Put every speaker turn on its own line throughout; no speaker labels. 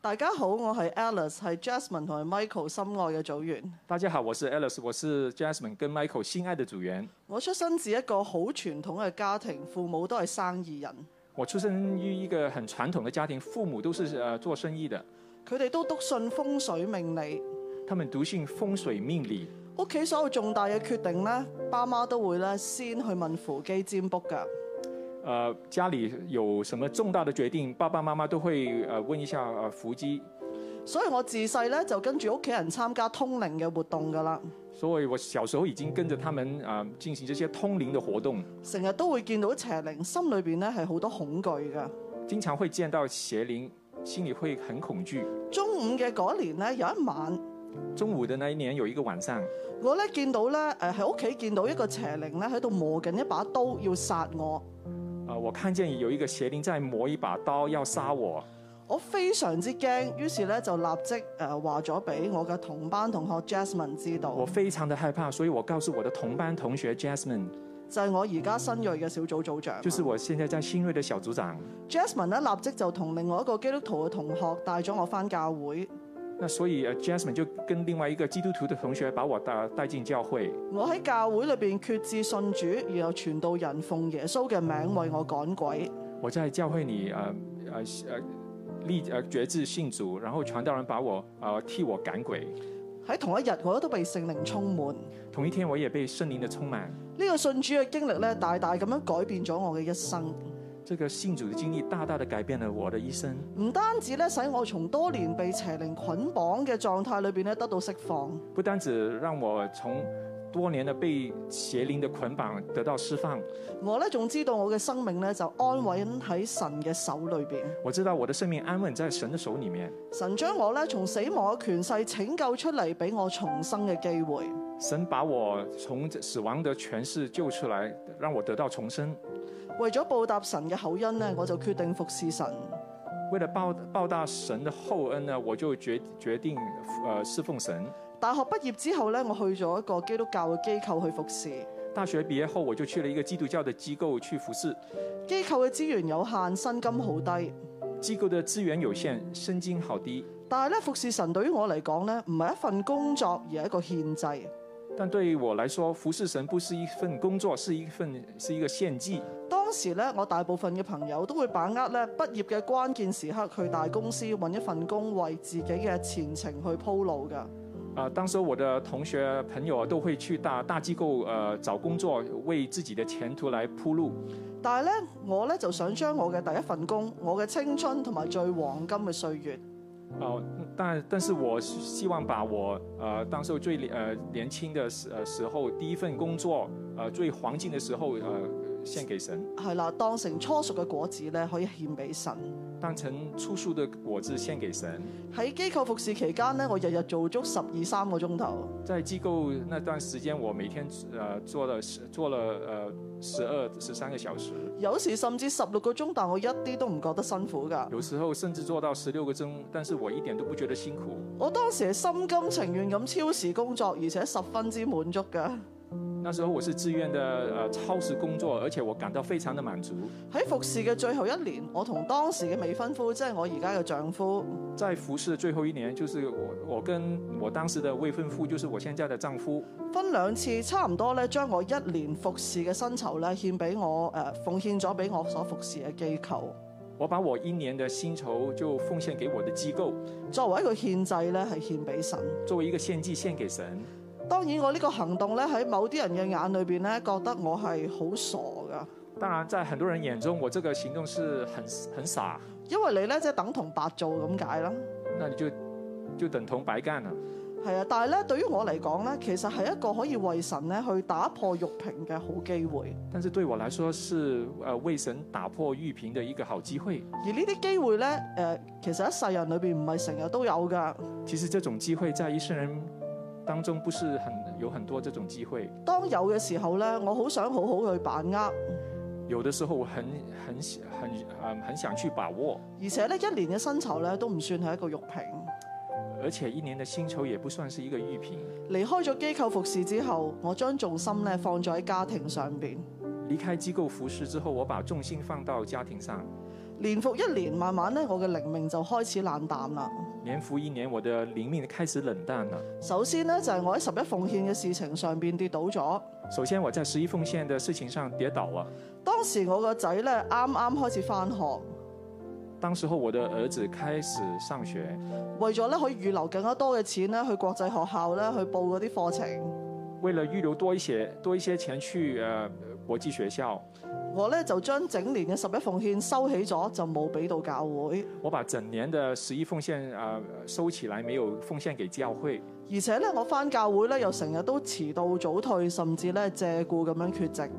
大家好，我係 Alice，係 Jasmine 同埋 Michael 心愛嘅組員。
大家好，我是 Alice，我是 Jasmine 跟 Michael 心爱的组员。
我出身自一個好傳統嘅家庭，父母都係生意人，
我出生于一个很传统的家庭，父母都是呃做生意的，
佢哋都篤信風水命理。
他们笃信风水命理，
屋企所有重大嘅決定呢，爸媽都會咧先去問扶基占卜㗎。
呃，家里有什么重大的决定，爸爸妈妈都会呃问一下呃伏击，
所以我自細咧就跟住屋企人參加通靈嘅活動㗎啦，
所以我小时候已经跟着他们啊、呃进行这些通灵的活动，
成日都會見到邪靈，心裏邊咧係好多恐懼㗎。
经常会见到邪灵，心里会很恐惧。
中午嘅嗰年咧有一晚，
中午的那一年有一个晚上，
我咧見到咧誒喺屋企見到一個邪靈咧喺度磨緊一把刀要殺我，
呃，我看见有一个邪灵在磨一把刀要杀我，
我非常之驚，於是咧就立即誒話咗俾我嘅同班同學 Jasmine 知
我
道，
非常的害怕，所以我告诉我的同班同学 Jasmine，
就係我而家新鋭嘅小組組長啊。
就是我现在在新锐的小组长。
Jasmine 咧立即就同另外一個基督徒嘅同學帶咗我翻教會，
那所以呃 Jasmine 就跟另外一个基督徒的同学把我带带进教会，
我喺教會裏邊決志信主，然後傳道人奉耶穌嘅名為我趕鬼。
我在教会里呃呃呃立呃决志信主，然后传道人把我呃替我赶鬼。
喺同一日，我都被聖靈充滿。呢、
同一天我也被圣灵的充满，
個信主嘅經歷咧，大大咁樣改變咗我嘅一生。
这个信主的经历大大的改变了我的一生。
唔單止咧，使我從多年被邪靈捆綁嘅狀態裏邊咧得到釋放，
不单只让我从多年的被邪灵的捆绑得到释放，
我咧仲知道我嘅生命咧就安穩喺神嘅手裏邊。
我知道我的生命安穩在神的手里面。
神將我咧從死亡嘅權勢拯救出嚟，俾我重生嘅機會。
神把我从这死亡的权势救出来，让我得到重生。
為咗報答神嘅厚恩咧，我就決定服侍神。
为了报报答神的厚恩呢，我就决决定呃侍奉神。
大學畢業之後咧，我去咗一個基督教嘅機構去服侍。
大学毕业后，我就去了一个基督教的机构去服侍。
機構嘅資源有限，薪金好低，
机构的资源有限，薪金好低，
但係咧服侍神對於我嚟講咧，唔係一份工作，而係一個獻祭。
但对我来说，服侍神不是一份工作，是一份是一个献祭。
當時咧，我大部分嘅朋友都會把握咧畢業嘅關鍵時刻去大公司揾一份工，為自己嘅前程去鋪路㗎。
啊、当时我的同学朋友啊都会去大大机构呃找工作，为自己的前途来铺路。
但係咧，我咧就想將我嘅第一份工、我嘅青春同埋最黃金嘅歲月，
哦、但但是我希望把我呃当时候最呃年轻的时呃时候第一份工作呃最黄金的时候呃献给神，
係啦，當成初熟嘅果子咧，可以獻俾神。
当成初熟的果子献给神。
喺機構服侍期間咧，我日日做足十二三個鐘頭，
在机构那段时间，我每天呃做了十做了呃十二十三个小时，
有時甚至十六個鐘，但我一啲都唔覺得辛苦㗎。
有时候甚至做到十六个钟，但是我一点都不觉得辛苦。
我當時係心甘情願咁超時工作，而且十分之滿足㗎。
那时候我是自愿的呃超时工作，而且我感到非常的满足。
喺服侍嘅最後一年，我同當時嘅未婚夫，即係我而家嘅丈夫，
在服侍的最后一年，就是我我跟我当时的未婚夫，就是我现在的丈夫，
分兩次，差唔多咧，將我一年服侍嘅薪酬咧，獻俾我誒、呃奉獻咗俾我所服侍嘅機構，
我把我一年的薪酬就奉献给我的机构，
作為一個獻祭咧，係獻俾神。
作为一个献祭献给神。
當然，我呢個行動咧，喺某啲人嘅眼裏邊咧，覺得我係好傻㗎，
当然，在很多人眼中，我这个行动是很很傻，
因為你咧即係等同白做咁解啦。
那你就就等同白干了。
係啊，但係咧，對於我嚟講咧，其實係一個可以為神咧去打破玉瓶嘅好機會。
但是对我来说是呃为神打破玉瓶的一个好机会。
而呢啲機會咧，誒、其實一世人裏邊唔係成日都有㗎。
其实这种机会在一生人当中不是很有很多这种机会。
當有嘅時候咧，我好想好好去把握，
有的时候我很很很嗯很想去把握，
而且咧一年嘅薪酬咧都唔算係一個玉瓶。
而且一年的薪酬也不算是一个玉瓶。
離開咗機構服侍之後，我將重心咧放咗喺家庭上邊。
离开机构服侍之后，我把重心放到家庭上。
年復一年，慢慢咧我嘅靈命就開始冷淡啦。
年复一年，我的灵命开始冷淡了。
首先咧就係我喺十一奉獻嘅事情上邊跌倒咗。
首先，我在十一奉献的事情上跌倒了。
當時我個仔咧啱啱開始翻學，
当时候，我的儿子开始上学，
為咗咧可以預留更加多嘅錢咧去國際學校咧去報嗰啲課程，
为了预留多一些多一些钱去呃国际学校，
我咧就將整年嘅十一奉獻收起咗，就冇俾到教會。
我把整年的十一奉献呃收起来，没有奉献给教会。
而且咧，我翻教會咧又成日都遲到早退，甚至咧借故咁樣缺席。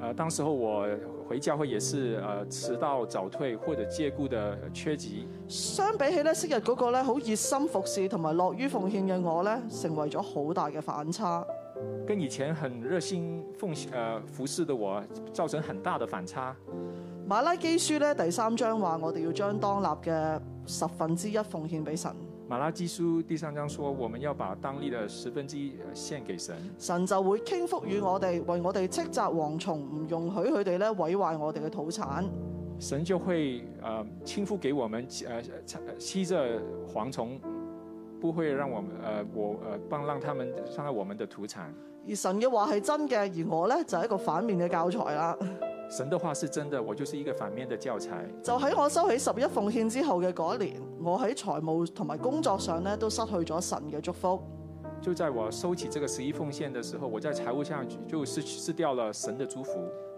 呃，当时候我回教会也是呃迟到早退或者借故的呃缺席。
相比起咧昔日嗰個咧好熱心服侍同埋樂於奉獻嘅我咧，成為咗好大嘅反差。
跟以前很热心奉献呃服侍的我，造成很大的反差。
馬拉基書咧第三章話：我哋要將當立嘅十分之一奉獻俾神，
马拉基书第三章说，我们要把当地的十分之一呃献给神，
神就會傾覆與我哋，為我哋斥責蝗蟲，唔容許佢哋咧毀壞我哋嘅土產。
神就会呃倾覆给我们，呃插吸着蝗虫，不会让我们呃我呃帮让他们伤害我们的土产。
而神嘅話係真嘅，而我咧就係一個反面嘅教材啦。
神的话是真的，我就是一个反面的教材。
就喺我收起十一奉獻之後嘅嗰一年，我喺財務同埋工作上咧都失去咗神嘅祝福。
就在我收起这个十一奉献的时候，我在财务上就失失掉了神的祝福。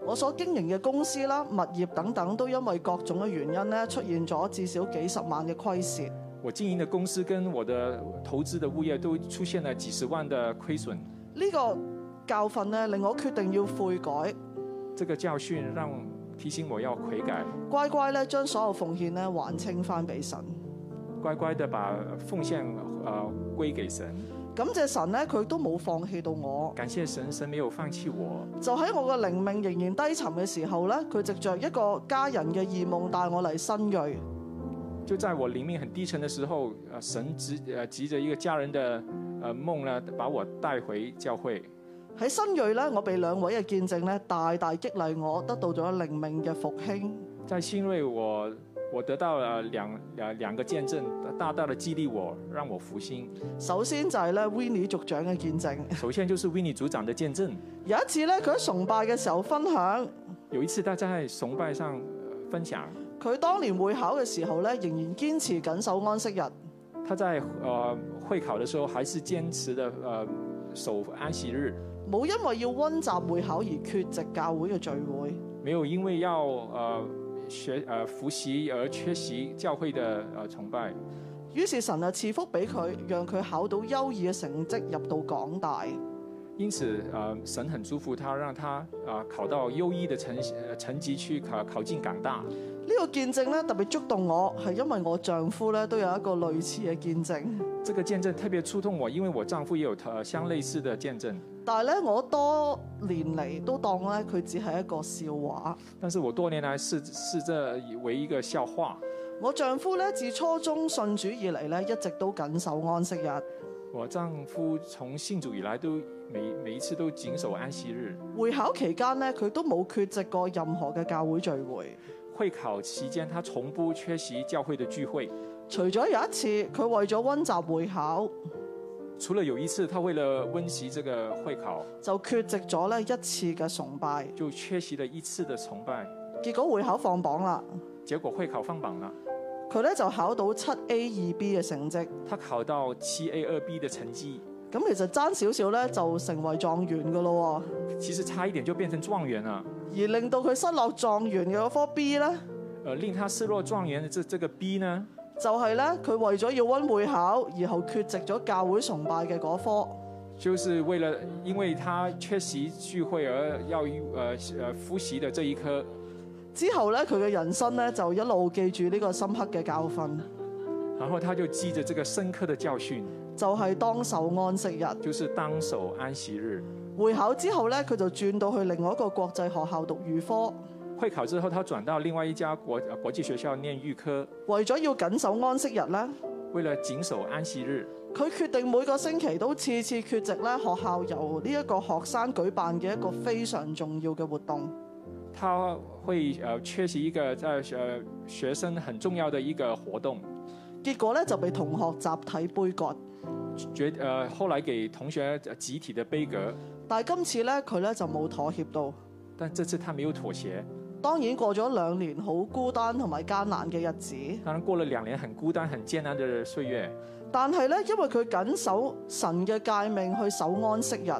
我所經營嘅公司啦、物業等等，都因為各種嘅原因咧，出現咗至少幾十萬嘅虧蝕。
我经营的公司跟我的投资的物业都出现了几十万的亏损。
呢、個教訓咧，令我決定要悔改，
这个教训让提醒我要悔改，
乖乖咧將所有奉獻咧還清翻俾神。
乖乖的把奉献呃归给神。
感謝神咧，佢都冇放棄到我。
感谢神，神没有放弃我。
就喺我嘅靈命仍然低沉嘅時候咧，佢藉着一個家人嘅異夢帶我嚟新锐。
就在我灵命很低沉的时候，呃，神执呃急着一个家人的呃梦呢，把我带回教会。
喺新锐咧，我被兩位嘅見證咧大大激勵我，得到咗靈命嘅復興。
在新锐我。我得到了两两两个见证，大大的激励我，让我复兴。
首先就係咧 w i n n i e 族長嘅見證。
首先就是 w i n n i 组长的见证。
有一次咧，佢喺崇拜嘅時候分享，
有一次他在崇拜上呃分享，
佢當年會考嘅時候咧，仍然堅持緊守安息日。
他在呃会考的时候还是坚持的呃守安息日，
冇因為要温習會考而缺席教會嘅聚會。
没有因为要呃学呃复习而缺席教会的呃崇拜。
於是神啊賜福俾佢，讓佢考到優異嘅成績入到港大。
因此，呃，神很祝福他，让他啊、呃考到优异的成呃成绩去考考进港大。
呢、個見證咧特別觸動我，係因為我丈夫咧都有一個類似嘅見證，
这个见证特别觸動我，因为我丈夫也有呃相类似的见证，
但係咧我多年嚟都當咧佢只係一個笑話。
但是我多年来视视这为一个笑话。
我丈夫咧自初中信主以嚟咧一直都緊守安息日。
我丈夫从信主以来都每每一次都谨守安息日，
會考期間呢，佢都冇缺席過任何嘅教會聚會，
会考期间他从不缺席教会的聚会，
除咗有一次佢為咗温習會考，
除了有一次他为了温习这个会考，
就缺席咗呢一次嘅崇拜。
就缺席了一次的崇拜，
結果會考放榜啦，
结果会考放榜了，
佢呢就考到七 A 二 B 嘅成績。
他考到七 A 二 B 的成绩，
咁其實爭少少呢，就成為狀元噶咯
其实差一点就变成状元了。
喎，而令到佢失落狀元嘅嗰科 B 呢，
呃，令他失落状元的这这个 B 呢，
就係呢，佢為咗要温會考，然後缺席咗教會崇拜嘅嗰科。
就是为了因为他缺席聚会而要呃呃复习的这一科，
之後呢，佢嘅人生呢，就一路記住呢個深刻嘅教訓，
然后他就记着這個深刻的教訓，
就係、當受安息日。
就是當守安息日。
會考之後呢，佢就轉到去另外一個國際學校讀預科，
會考之後，他轉到另外一家國呃國際學校念預科。
為咗要緊守安息日呢，
為了謹守安息日，
佢決定每個星期都次次缺席呢學校由呢一個學生舉辦嘅一個非常重要嘅活動。
他他会呃缺席一个在呃学生很重要的一个活动，
結果咧就被同學集體杯葛。
决呃后来给同学呃集体的杯葛，
但係今次咧佢咧就冇妥協到。
但这次他没有妥协。
當然過咗兩年好孤單同埋艱難嘅日子，
当然过了两年很孤单、很艰难的岁月，
但係咧因為佢緊守神嘅誡命去守安息日，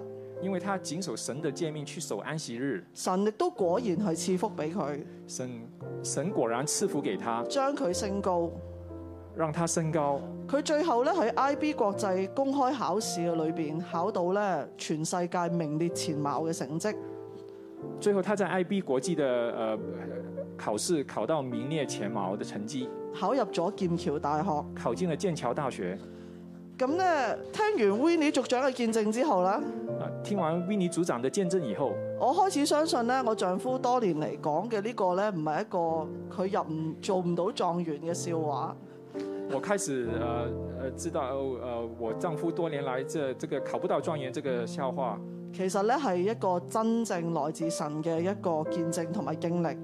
因为他谨守神的诫命去守安息日，
神亦都果然係賜福俾佢，
神神果然赐福给他，
將佢升高。
让他升高。
佢最後咧喺 IB 國際公開考試嘅裏邊考到咧全世界名列前茅嘅成績，
最后他在 IB 国际的呃考试考到名列前茅的成绩，
考入咗劍橋大學。
考进了剑桥大学。
咁咧聽完 w i n n i e 族長嘅見證之後咧，
啊、听完维尼组长的见证以后，
我開始相信咧我丈夫多年嚟講嘅呢個咧唔係一個佢入唔做唔到狀元嘅笑話。
我开始呃呃知道哦呃我丈夫多年来这这个考不到状元这个笑话，
其實咧係一個真正來自神嘅一個見證同埋經歷，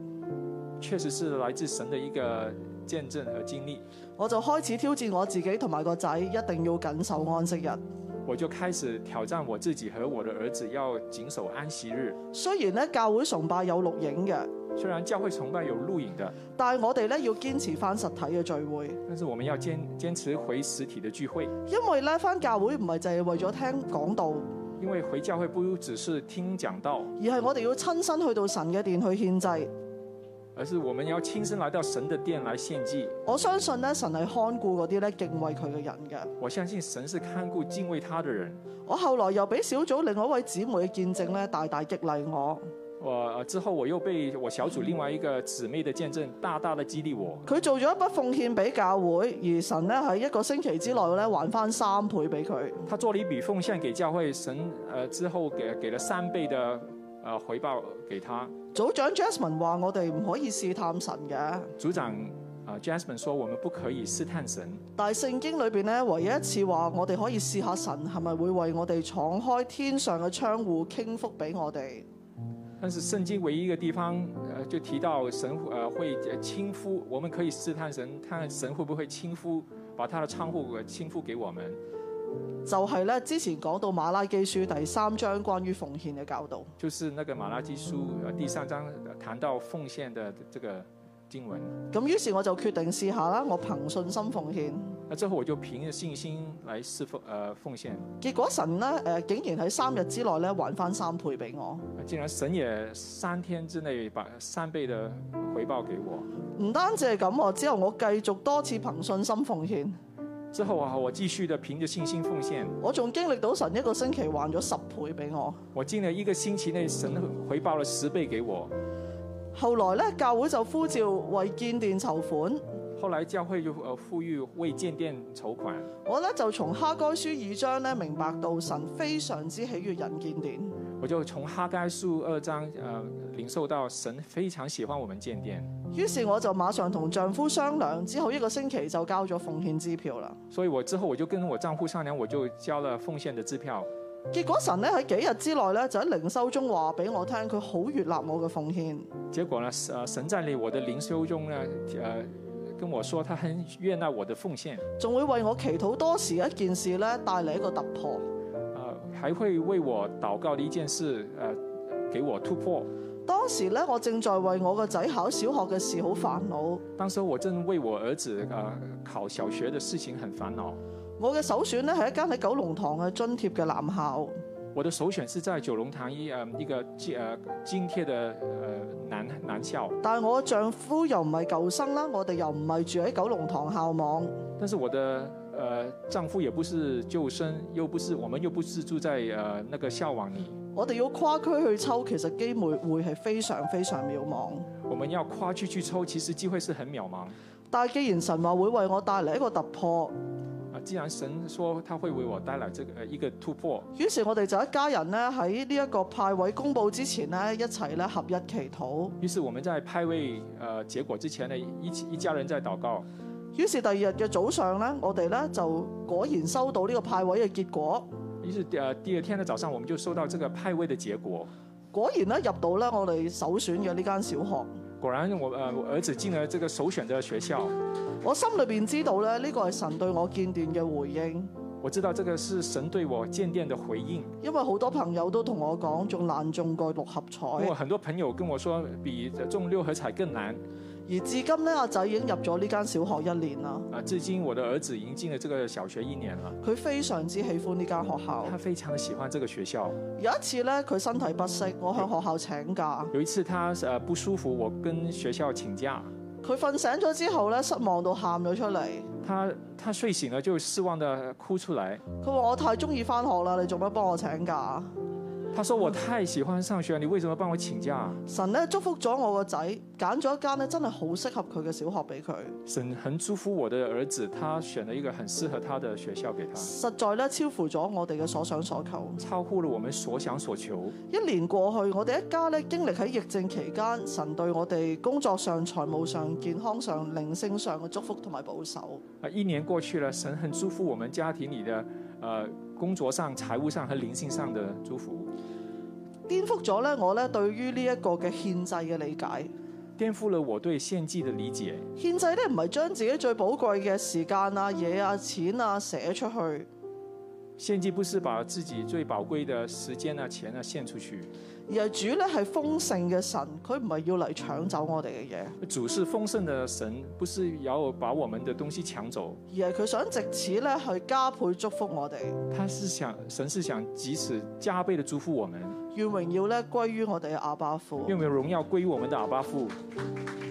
确实是来自神的一个见证和经历。
我就開始挑戰我自己同埋個仔一定要緊守安息日。
我就开始挑战我自己和我的儿子要谨守安息日。
雖然咧教會崇拜有錄影嘅，
虽然教会崇拜有录影的，
但係我哋咧要堅持翻實體嘅聚會，
但是我们要坚坚持回实体的聚会，
因為咧翻教會唔係就係為咗聽講道，而
因为回教会不只是听讲道，
係我哋要親身去到神嘅殿去獻祭。
而是我们要亲身来到神的殿来献祭。
我相信咧神係看顧嗰啲咧敬畏佢嘅人嘅。
我相信神是看顾敬畏他的人。
我後來又俾小組另外一位姊妹嘅見證咧，大大激勵我。
我呃之后我又被我小组另外一个姊妹的见证大大的激励我。
佢做咗一筆奉獻俾教會，而神咧喺一個星期之內咧還翻三倍俾佢。
她做了一笔奉献给教会，神呃之后给给了三倍的呃回报给她。
組長 Jasmine 話：我哋唔可以試探神嘅，
组长啊、呃 Jasmine 说，我们不可以试探神，
但係聖經裏邊咧唯一一次話我哋可以試下神係咪會為我哋敞開天上嘅窗户傾福俾我哋。
但是圣经唯一一个地方，呃，就提到神呃会呃轻呼，我们可以试探神，看神会不会轻呼，把他的窗户呃轻呼给我们。
就係、咧之前講到馬拉基書第三章關於奉獻嘅教導。
就是那个马拉基书呃第三章呃谈到奉献的这个经文。
咁於是我就決定試下啦，我憑信心奉獻。
那之后我就凭着信心来侍奉呃奉献，
結果神咧誒、呃竟然喺三日之內咧還翻三倍俾我，
呃竟然神也三天之内把三倍的回报给我。
唔單止係咁喎，之後我繼續多次憑信心奉獻，
之后啊，我继续的凭着信心奉献。
我仲經歷到神一個星期還咗十倍俾我。
我进了一个星期内，神回报了十倍给我。
後來咧教會就呼召為建殿籌款，
后来教会就呃呼吁为建殿筹款，
我咧就從哈該書二章咧明白到神非常之喜悅人建殿，
我就从哈该书二章呃领受到神非常喜欢我们建殿，
於是我就馬上同丈夫商量，之後一個星期就交咗奉獻支票啦。
所以我之后我就跟我丈夫商量，我就交了奉献的支票。
結果神咧喺幾日之內咧就喺靈修中話俾我聽，佢好悦納我嘅奉獻。
结果呢，呃神在你我的灵修中呢，呃跟我说他很悦纳我的奉献，
仲會為我祈禱多時一件事咧帶嚟一個突破。
呃还会为我祷告的一件事呃给我突破。
當時咧，我正在為我個仔考小學嘅事好煩惱，
当时我正为我儿子呃考小学的事情很烦恼，
我嘅首選咧係一間喺九龍塘嘅津貼嘅男校。
我的首选是在九龙塘一呃一个津呃津贴的呃男男校，
但係我丈夫又唔係舊生啦，我哋又唔係住喺九龍塘校網，
但是我的呃丈夫也不是救生，又不是我们又不是住在呃那个校网里，
我哋要跨區去抽，其實機會會係非常非常渺茫。
我们要跨区去抽，其实机会是很渺茫。
但係既然神話會為我帶嚟一個突破，
啊，既然神说他会为我带来这个呃一个突破，
於是我哋就一家人咧喺呢一個派位公佈之前咧，一齊咧合一祈禱。
于是我们在派位呃结果之前呢，一起一家人在祷告。
於是第二日嘅早上咧，我哋咧就果然收到呢個派位嘅結果。
于是呃第二天的早上，我们就收到这个派位的结果。
果然咧入到咧我哋首選嘅呢間小學，
果然我呃我儿子进了这个首选的学校，
我心裏邊知道咧呢個係神對我見電嘅回應，
我知道这个是神对我建殿的回应。
因為好多朋友都同我講仲難中過六合彩，
我很多朋友跟我說，比中六合彩更难。
而至今咧阿仔已經入咗呢間小學一年啦，
啊，至今我的儿子已经进了这个小学一年了，
佢非常之喜歡呢間學校。
他非常的喜欢这个学校。
有一次咧佢身體不適，我向學校請假，
有一次他呃不舒服，我跟學校請假，
佢瞓醒咗之後咧失望到喊咗出嚟。
他他睡醒了就失望的哭出来。
佢話：我太中意翻學啦，你做乜幫我請假？啊
他說我太喜歡上學，你為什麼幫我請假？
神咧祝福咗我個仔，揀咗一間咧真係好適合佢嘅小學俾佢。
神很祝福我的兒子，他選了一個很適合他的學校給他，
實在咧超乎咗我哋嘅所想所求。
超乎了我們所想所求。
一年過去，我哋一家咧經歷喺疫症期間，神對我哋工作上、財務上、健康上、靈性上嘅祝福同埋保守。
啊，一年過去了，神很祝福我們家庭裡的呃工作上、財務上和靈性上的祝福，
顛覆咗咧我咧對於呢一個嘅獻祭嘅理解。
顛覆了我對獻祭的理解。
獻祭咧唔係將自己最寶貴嘅時間啊、嘢啊、錢啊寫出去，
獻祭不是把自己最寶貴的時間啊、錢啊獻出去，
而係主咧係豐盛嘅神，佢唔係要嚟搶走我哋嘅嘢，
主是豐盛的神，不是要把我們的東西搶走，
而係佢想藉此咧去加倍祝福我哋，
他是想神是想即使加倍的祝福我們，
願榮耀咧歸於我哋嘅阿爸父
願。我們榮耀歸於我們的阿巴父。